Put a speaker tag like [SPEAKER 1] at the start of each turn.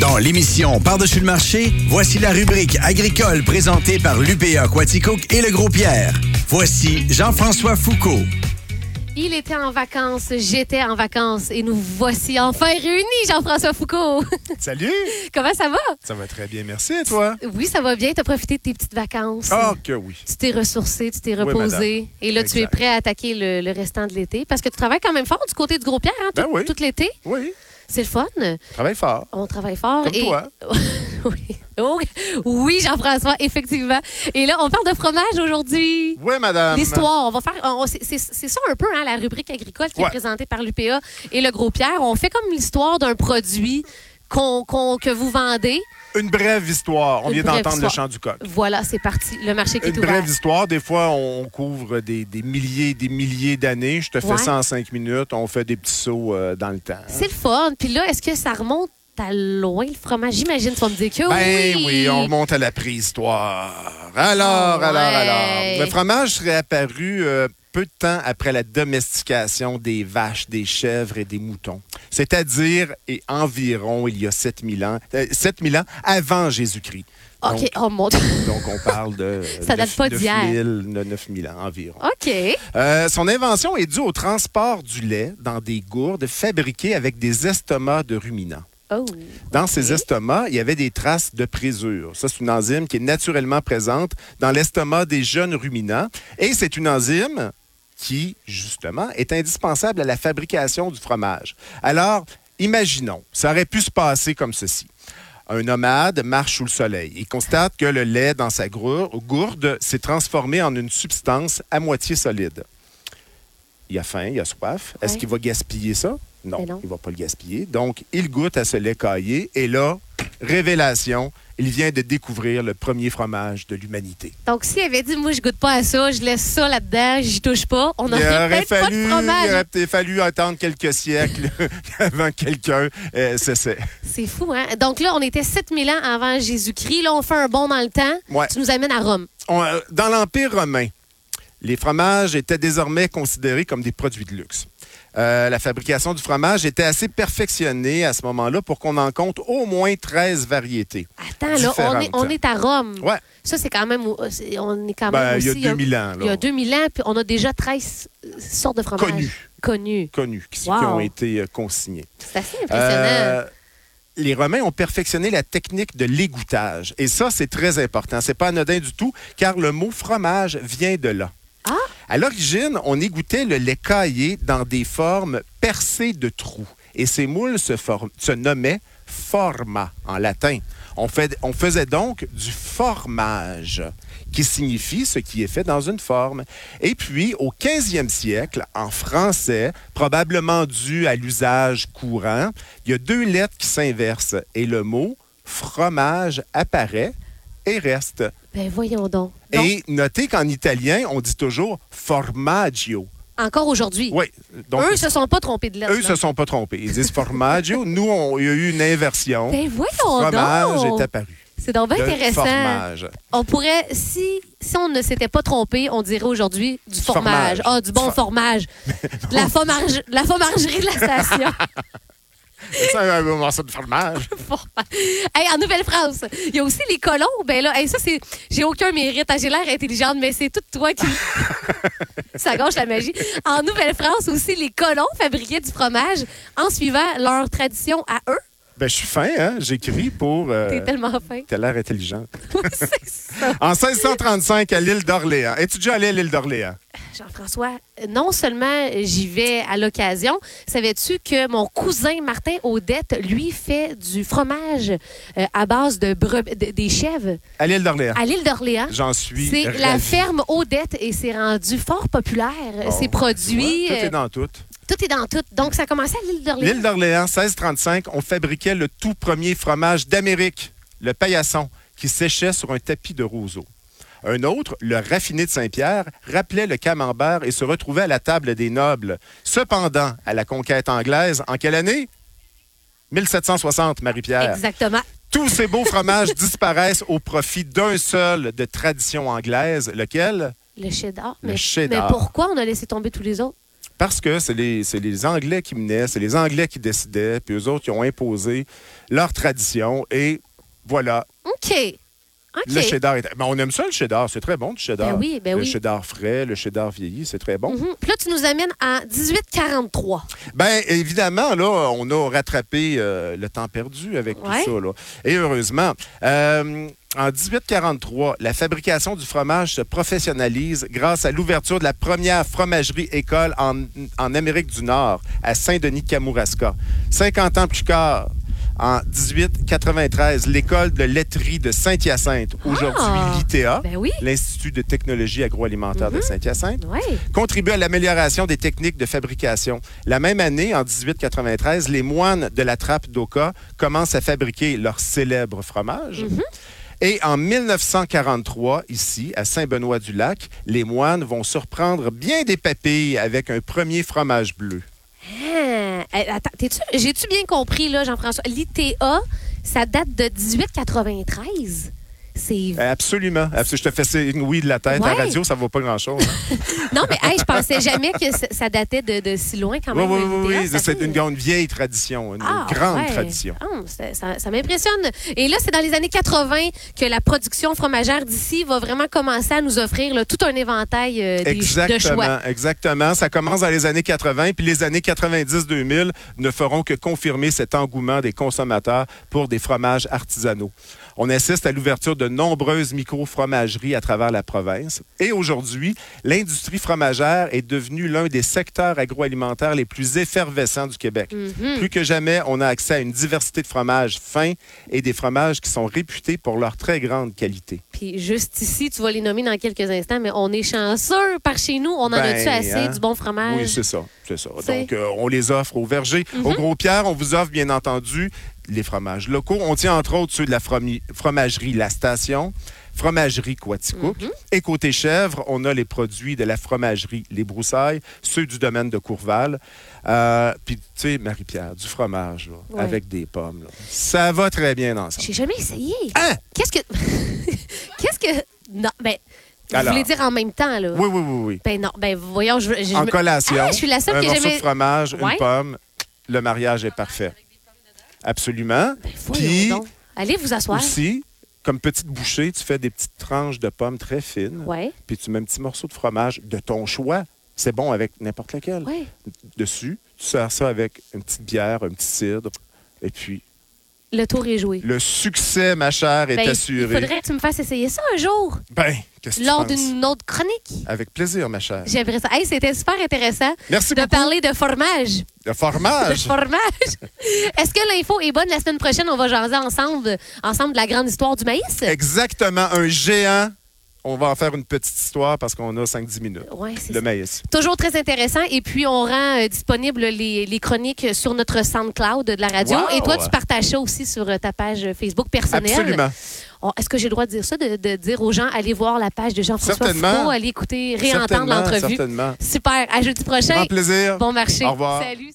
[SPEAKER 1] Dans l'émission Par-dessus le marché, voici la rubrique agricole présentée par l'UPA Quaticook et le Gros Pierre. Voici Jean-François Foucault.
[SPEAKER 2] Il était en vacances, j'étais en vacances et nous voici enfin réunis, Jean-François Foucault.
[SPEAKER 3] Salut!
[SPEAKER 2] Comment ça va?
[SPEAKER 3] Ça va très bien, merci et toi?
[SPEAKER 2] Oui, ça va bien. Tu as profité de tes petites vacances.
[SPEAKER 3] Ah que oui.
[SPEAKER 2] Tu t'es ressourcé, tu t'es reposé.
[SPEAKER 3] madame.
[SPEAKER 2] et là, tu es
[SPEAKER 3] Exact.
[SPEAKER 2] prêt à attaquer le, le restant de l'été parce que tu travailles quand même fort du côté du Gros Pierre hein, tout,
[SPEAKER 3] Ben oui.
[SPEAKER 2] tout l'été.
[SPEAKER 3] Oui,
[SPEAKER 2] C'est le fun.
[SPEAKER 3] travaille fort.
[SPEAKER 2] On travaille fort.
[SPEAKER 3] Comme
[SPEAKER 2] et...
[SPEAKER 3] toi.
[SPEAKER 2] oui, Oh, oui Jean-François, effectivement. Et là, on parle de fromage aujourd'hui.
[SPEAKER 3] Oui, madame.
[SPEAKER 2] L'histoire, on va faire, on- on- c'est c'est- c'est ça un peu hein, la rubrique agricole qui est
[SPEAKER 3] Ouais.
[SPEAKER 2] présentée par l'UPA et le Gros Pierre. On fait comme l'histoire d'un produit qu'on- qu'on- que vous vendez.
[SPEAKER 3] Une brève histoire. On
[SPEAKER 2] Une
[SPEAKER 3] vient
[SPEAKER 2] brève
[SPEAKER 3] d'entendre le
[SPEAKER 2] histoire.
[SPEAKER 3] chant du coq.
[SPEAKER 2] Voilà, c'est parti. Le marché qui
[SPEAKER 3] Une
[SPEAKER 2] est ouvert.
[SPEAKER 3] brève histoire, des fois, on on couvre des, des milliers et des milliers d'années. Je te
[SPEAKER 2] Ouais.
[SPEAKER 3] fais ça en cinq minutes. On fait des petits sauts euh, dans le temps.
[SPEAKER 2] C'est le fun. Puis là, est-ce que ça remonte à loin le fromage? J'imagine, tu vas me dire que
[SPEAKER 3] Ben
[SPEAKER 2] oui.
[SPEAKER 3] oui, on remonte à la préhistoire. Alors,
[SPEAKER 2] Ah
[SPEAKER 3] alors,
[SPEAKER 2] ouais.
[SPEAKER 3] alors. Le fromage serait apparu euh, peu de temps après la domestication des vaches, des chèvres et des moutons. C'est-à-dire, et environ, il y a 7000 ans, euh, 7000 ans avant Jésus-Christ.
[SPEAKER 2] OK,
[SPEAKER 3] Donc,
[SPEAKER 2] on monte.
[SPEAKER 3] donc, on parle de.
[SPEAKER 2] Ça date pas d'hier.
[SPEAKER 3] 9000 ans environ.
[SPEAKER 2] OK.
[SPEAKER 3] Euh, son invention est due au transport du lait dans des gourdes fabriquées avec des estomacs de ruminants.
[SPEAKER 2] Oh.
[SPEAKER 3] Dans ses
[SPEAKER 2] Ok.
[SPEAKER 3] estomacs, il y avait des traces de présure. Ça, c'est une enzyme qui est naturellement présente dans l'estomac des jeunes ruminants. Et c'est une enzyme qui, justement, est indispensable à la fabrication du fromage. Alors, imaginons, ça aurait pu se passer comme ceci. Un nomade marche sous le soleil. Il constate que le lait dans sa grou- gourde s'est transformé en une substance à moitié solide. Il a faim, il a soif. Est-ce
[SPEAKER 2] Ouais.
[SPEAKER 3] qu'il va gaspiller ça? Non,
[SPEAKER 2] Ben non.
[SPEAKER 3] il va pas le gaspiller. Donc, il goûte à ce lait caillé et là, révélation, il vient de découvrir le premier fromage de l'humanité.
[SPEAKER 2] Donc, s'il avait dit, moi, je goûte pas à ça, je laisse ça là-dedans, j'y touche pas, on aurait peut-être pas de
[SPEAKER 3] fallu, il
[SPEAKER 2] fromage.
[SPEAKER 3] aurait peut-être fallu attendre quelques siècles avant que quelqu'un euh, s'essaie.
[SPEAKER 2] C'est fou, hein? Donc là, on était 7000 ans avant Jésus-Christ. Là, on fait un bond dans le temps.
[SPEAKER 3] Ouais.
[SPEAKER 2] Tu nous amènes à Rome.
[SPEAKER 3] On, euh, dans l'Empire romain, les fromages étaient désormais considérés comme des produits de luxe. Euh, la fabrication du fromage était assez perfectionnée à ce moment-là pour qu'on en compte au moins 13 variétés.
[SPEAKER 2] Attends, là, on est,
[SPEAKER 3] Différentes.
[SPEAKER 2] on est à Rome.
[SPEAKER 3] Ouais.
[SPEAKER 2] Ça, c'est quand même. euh, c'est- On est quand même.
[SPEAKER 3] Ben, il y
[SPEAKER 2] aussi,
[SPEAKER 3] a 2000 ans.
[SPEAKER 2] Il y
[SPEAKER 3] là.
[SPEAKER 2] a 2000 ans, puis on a déjà 13 sortes de fromages.
[SPEAKER 3] Connus.
[SPEAKER 2] Connus.
[SPEAKER 3] connus, qui, qui
[SPEAKER 2] Wow.
[SPEAKER 3] ont été euh, consignés.
[SPEAKER 2] C'est assez impressionnant.
[SPEAKER 3] Euh, les Romains ont perfectionné la technique de l'égouttage. Et ça, c'est très important. C'est pas anodin du tout, car le mot fromage vient de là.
[SPEAKER 2] Ah!
[SPEAKER 3] À l'origine, on égouttait le lait caillé dans des formes percées de trous. Et ces moules se, form- se nommaient forma en latin. On, fait- on faisait donc du formage, qui signifie ce qui est fait dans une forme. Et puis, au 15e siècle, en français, probablement dû à l'usage courant, il y a deux lettres qui s'inversent et le mot fromage apparaît et reste.
[SPEAKER 2] Ben, voyons donc. Donc,
[SPEAKER 3] Et notez qu'en italien, on dit toujours formaggio.
[SPEAKER 2] encore aujourd'hui.
[SPEAKER 3] Oui. Donc,
[SPEAKER 2] Eux, se sont pas trompés de lettre.
[SPEAKER 3] eux se sont pas trompés. Ils disent formaggio. Nous, on- il y a eu une inversion.
[SPEAKER 2] Ben, voyons
[SPEAKER 3] Fromage
[SPEAKER 2] donc.
[SPEAKER 3] est apparu.
[SPEAKER 2] C'est donc bien
[SPEAKER 3] Le
[SPEAKER 2] intéressant.
[SPEAKER 3] Formage.
[SPEAKER 2] On pourrait, si, si on ne s'était pas trompé, on dirait aujourd'hui du formage.
[SPEAKER 3] formage.
[SPEAKER 2] Ah, du bon
[SPEAKER 3] Du for-
[SPEAKER 2] formage. la, fomarge- la fromagerie de la station.
[SPEAKER 3] C'est ça, un bon morceau de fromage.
[SPEAKER 2] Formage. Hey, en Nouvelle-France, il y a aussi les colons. Ben là, hey, ça, c'est. J'ai aucun mérite. Ah, J'ai l'air intelligente, mais c'est tout toi qui. ça gâche la magie. En Nouvelle-France aussi, les colons fabriquaient du fromage en suivant leur tradition à eux.
[SPEAKER 3] Ben, je suis fin, hein? J'écris pour. euh,
[SPEAKER 2] T'es tellement fin.
[SPEAKER 3] T'as l'air intelligent.
[SPEAKER 2] Oui, c'est ça.
[SPEAKER 3] En 1635, à l'île d'Orléans. Es-tu déjà allé à l'île d'Orléans?
[SPEAKER 2] Jean-François, non seulement j'y vais à l'occasion, savais-tu que mon cousin Martin Audette, lui, fait du fromage euh, à base de breb- de- des chèvres
[SPEAKER 3] À l'île d'Orléans.
[SPEAKER 2] à l'île d'Orléans?
[SPEAKER 3] J'en suis.
[SPEAKER 2] C'est la
[SPEAKER 3] ravi.
[SPEAKER 2] ferme Odette et c'est rendu fort populaire.
[SPEAKER 3] Bon,
[SPEAKER 2] c'est produit.
[SPEAKER 3] tu vois, Tout
[SPEAKER 2] euh,
[SPEAKER 3] est dans tout.
[SPEAKER 2] tout est dans tout. Donc, ça a commencé à l'île d'Orléans.
[SPEAKER 3] L'île d'Orléans, 1635, on fabriquait le tout premier fromage d'Amérique, le paillasson, qui séchait sur un tapis de roseau. Un autre, le raffiné de Saint-Pierre, rappelait le camembert et se retrouvait à la table des nobles. Cependant, à la conquête anglaise, en quelle année? 1760, Marie-Pierre.
[SPEAKER 2] Exactement.
[SPEAKER 3] Tous ces beaux fromages disparaissent au profit d'un seul de tradition anglaise, lequel?
[SPEAKER 2] Le cheddar.
[SPEAKER 3] Le
[SPEAKER 2] mais,
[SPEAKER 3] cheddar.
[SPEAKER 2] mais pourquoi on a laissé tomber tous les autres?
[SPEAKER 3] Parce que c'est les, c'est les Anglais qui menaient, c'est les Anglais qui décidaient, puis eux autres, ils ont imposé leur tradition. Et voilà,
[SPEAKER 2] OK. OK.
[SPEAKER 3] le cheddar est. Mais on aime ça, le cheddar. C'est très bon, du cheddar.
[SPEAKER 2] Ben oui, ben
[SPEAKER 3] le
[SPEAKER 2] oui.
[SPEAKER 3] cheddar frais, le cheddar vieilli, c'est très bon.
[SPEAKER 2] Mhm. Puis là, tu nous amènes à 1843.
[SPEAKER 3] Bien, Ben, évidemment, là, on a rattrapé euh, le temps perdu avec
[SPEAKER 2] Ouais.
[SPEAKER 3] tout ça. là. Et heureusement. Euh, en 1843, la fabrication du fromage se professionnalise grâce à l'ouverture de la première fromagerie-école en, en Amérique du Nord, à Saint-Denis-Kamouraska. 50 ans plus tard, en 1893, l'école de laiterie de Saint-Hyacinthe, aujourd'hui
[SPEAKER 2] Ah! Mhm.
[SPEAKER 3] l'ITA,
[SPEAKER 2] Ben oui.
[SPEAKER 3] l'Institut de technologie agroalimentaire de Saint-Hyacinthe,
[SPEAKER 2] Oui.
[SPEAKER 3] contribue à l'amélioration des techniques de fabrication. La même année, en 1893, les moines de la trappe d'Oka commencent à fabriquer leur célèbre fromage.
[SPEAKER 2] Mhm.
[SPEAKER 3] Et en 1943, ici, à Saint-Benoît-du-Lac, les moines vont surprendre bien des papilles avec un premier fromage bleu.
[SPEAKER 2] Ah, eh, attends, t'es-tu- j'ai-tu bien compris, là, Jean-François? L'ITA, ça date de 1893.
[SPEAKER 3] Eh.
[SPEAKER 2] C'est
[SPEAKER 3] Absolument. Absolument. Je te fais signe oui de la tête. À
[SPEAKER 2] Ouais.
[SPEAKER 3] radio, ça ne vaut pas grand-chose. hein.
[SPEAKER 2] Non, mais hey, je pensais jamais que ça- ça datait de, de si loin quand
[SPEAKER 3] oui,
[SPEAKER 2] même.
[SPEAKER 3] oui,
[SPEAKER 2] le
[SPEAKER 3] oui,
[SPEAKER 2] théâtre,
[SPEAKER 3] oui.
[SPEAKER 2] ça
[SPEAKER 3] C'est
[SPEAKER 2] fait-
[SPEAKER 3] une, grande vieille tradition, une
[SPEAKER 2] Ah,
[SPEAKER 3] grande
[SPEAKER 2] ouais.
[SPEAKER 3] tradition.
[SPEAKER 2] Ah, ça ça- ça m'impressionne. Et là, c'est dans les années 80 que la production fromagère d'ici va vraiment commencer à nous offrir là, tout un éventail euh, des- de choix.
[SPEAKER 3] Exactement, exactement. Ça commence dans les années 80, puis les années 90-2000 ne feront que confirmer cet engouement des consommateurs pour des fromages artisanaux. On assiste à l'ouverture de nombreuses micro-fromageries à travers la province. Et aujourd'hui, l'industrie fromagère est devenue l'un des secteurs agroalimentaires les plus effervescents du Québec.
[SPEAKER 2] Mm-hmm.
[SPEAKER 3] Plus que jamais, on a accès à une diversité de fromages fins et des fromages qui sont réputés pour leur très grande qualité.
[SPEAKER 2] Puis juste ici, tu vas les nommer dans quelques instants, mais on est chanceux par chez nous. On en
[SPEAKER 3] Ben,
[SPEAKER 2] a-tu assez
[SPEAKER 3] hein?
[SPEAKER 2] du bon fromage?
[SPEAKER 3] Oui, c'est ça. C'est ça.
[SPEAKER 2] C'est- Mhm.
[SPEAKER 3] Donc, euh, on les offre au verger. Au Gros Pierre, on vous offre, bien entendu, les fromages locaux. On tient entre autres ceux de la fromi- fromagerie La Station, fromagerie Quaticook.
[SPEAKER 2] Mhm.
[SPEAKER 3] Et côté chèvre, on a les produits de la fromagerie Les Broussailles, ceux du domaine de Courval. Euh, Puis, tu sais, Marie-Pierre, du fromage là,
[SPEAKER 2] Ouais.
[SPEAKER 3] avec des pommes. là. Ça va très bien ensemble.
[SPEAKER 2] J'ai jamais essayé.
[SPEAKER 3] Hein?
[SPEAKER 2] Qu'est-ce que. Qu'est-ce que. Non, ben. Vous
[SPEAKER 3] Alors.
[SPEAKER 2] voulez dire en même temps, là?
[SPEAKER 3] Oui, oui, oui, oui.
[SPEAKER 2] Ben non, ben voyons, je. je
[SPEAKER 3] En
[SPEAKER 2] me-
[SPEAKER 3] collation,
[SPEAKER 2] Ah, je suis la seule
[SPEAKER 3] un
[SPEAKER 2] qui a
[SPEAKER 3] morceau
[SPEAKER 2] jamais-
[SPEAKER 3] de fromage,
[SPEAKER 2] Ouais.
[SPEAKER 3] une pomme, le mariage est parfait. Absolument.
[SPEAKER 2] Ben, Voyons
[SPEAKER 3] Puis
[SPEAKER 2] donc. Allez vous asseoir.
[SPEAKER 3] aussi, comme petite bouchée, tu fais des petites tranches de pommes très fines.
[SPEAKER 2] Ouais.
[SPEAKER 3] Puis tu mets un petit morceau de fromage de ton choix. C'est bon avec n'importe lequel.
[SPEAKER 2] Ouais.
[SPEAKER 3] Dessus, tu sers ça avec une petite bière, un petit cidre. Et puis,
[SPEAKER 2] Le tour est joué.
[SPEAKER 3] le succès, ma chère, est
[SPEAKER 2] Ben, il
[SPEAKER 3] assuré.
[SPEAKER 2] faudrait que tu me fasses essayer ça un jour,
[SPEAKER 3] Ben, qu'est-ce que tu
[SPEAKER 2] lors
[SPEAKER 3] penses?
[SPEAKER 2] d'une autre chronique.
[SPEAKER 3] Avec plaisir, ma chère.
[SPEAKER 2] J'aimerais ça. Hey, c'était super intéressant
[SPEAKER 3] Merci
[SPEAKER 2] de
[SPEAKER 3] beaucoup.
[SPEAKER 2] parler de fromage.
[SPEAKER 3] Le
[SPEAKER 2] De
[SPEAKER 3] fromage!
[SPEAKER 2] fromage. Est-ce que l'info est bonne la semaine prochaine? On va jaser ensemble, ensemble de la grande histoire du maïs.
[SPEAKER 3] Exactement, un géant. On va en faire une petite histoire parce qu'on a 5-10 minutes.
[SPEAKER 2] Ouais, c'est ça.
[SPEAKER 3] Le maïs.
[SPEAKER 2] Toujours très intéressant. Et puis, on rend euh, disponible les, les chroniques sur notre SoundCloud de la radio.
[SPEAKER 3] Wow!
[SPEAKER 2] Et toi, tu partages ça aussi sur euh, ta page Facebook personnelle.
[SPEAKER 3] Absolument.
[SPEAKER 2] Oh, Est-ce que j'ai le droit de dire ça, de, de dire aux gens, allez voir la page de Jean-François
[SPEAKER 3] Certainement.
[SPEAKER 2] Foucault, allez écouter, réentendre
[SPEAKER 3] Certainement,
[SPEAKER 2] l'entrevue.
[SPEAKER 3] certainement.
[SPEAKER 2] Super. À jeudi prochain.
[SPEAKER 3] Grand plaisir.
[SPEAKER 2] Bon marché.
[SPEAKER 3] Au revoir.
[SPEAKER 2] Salut.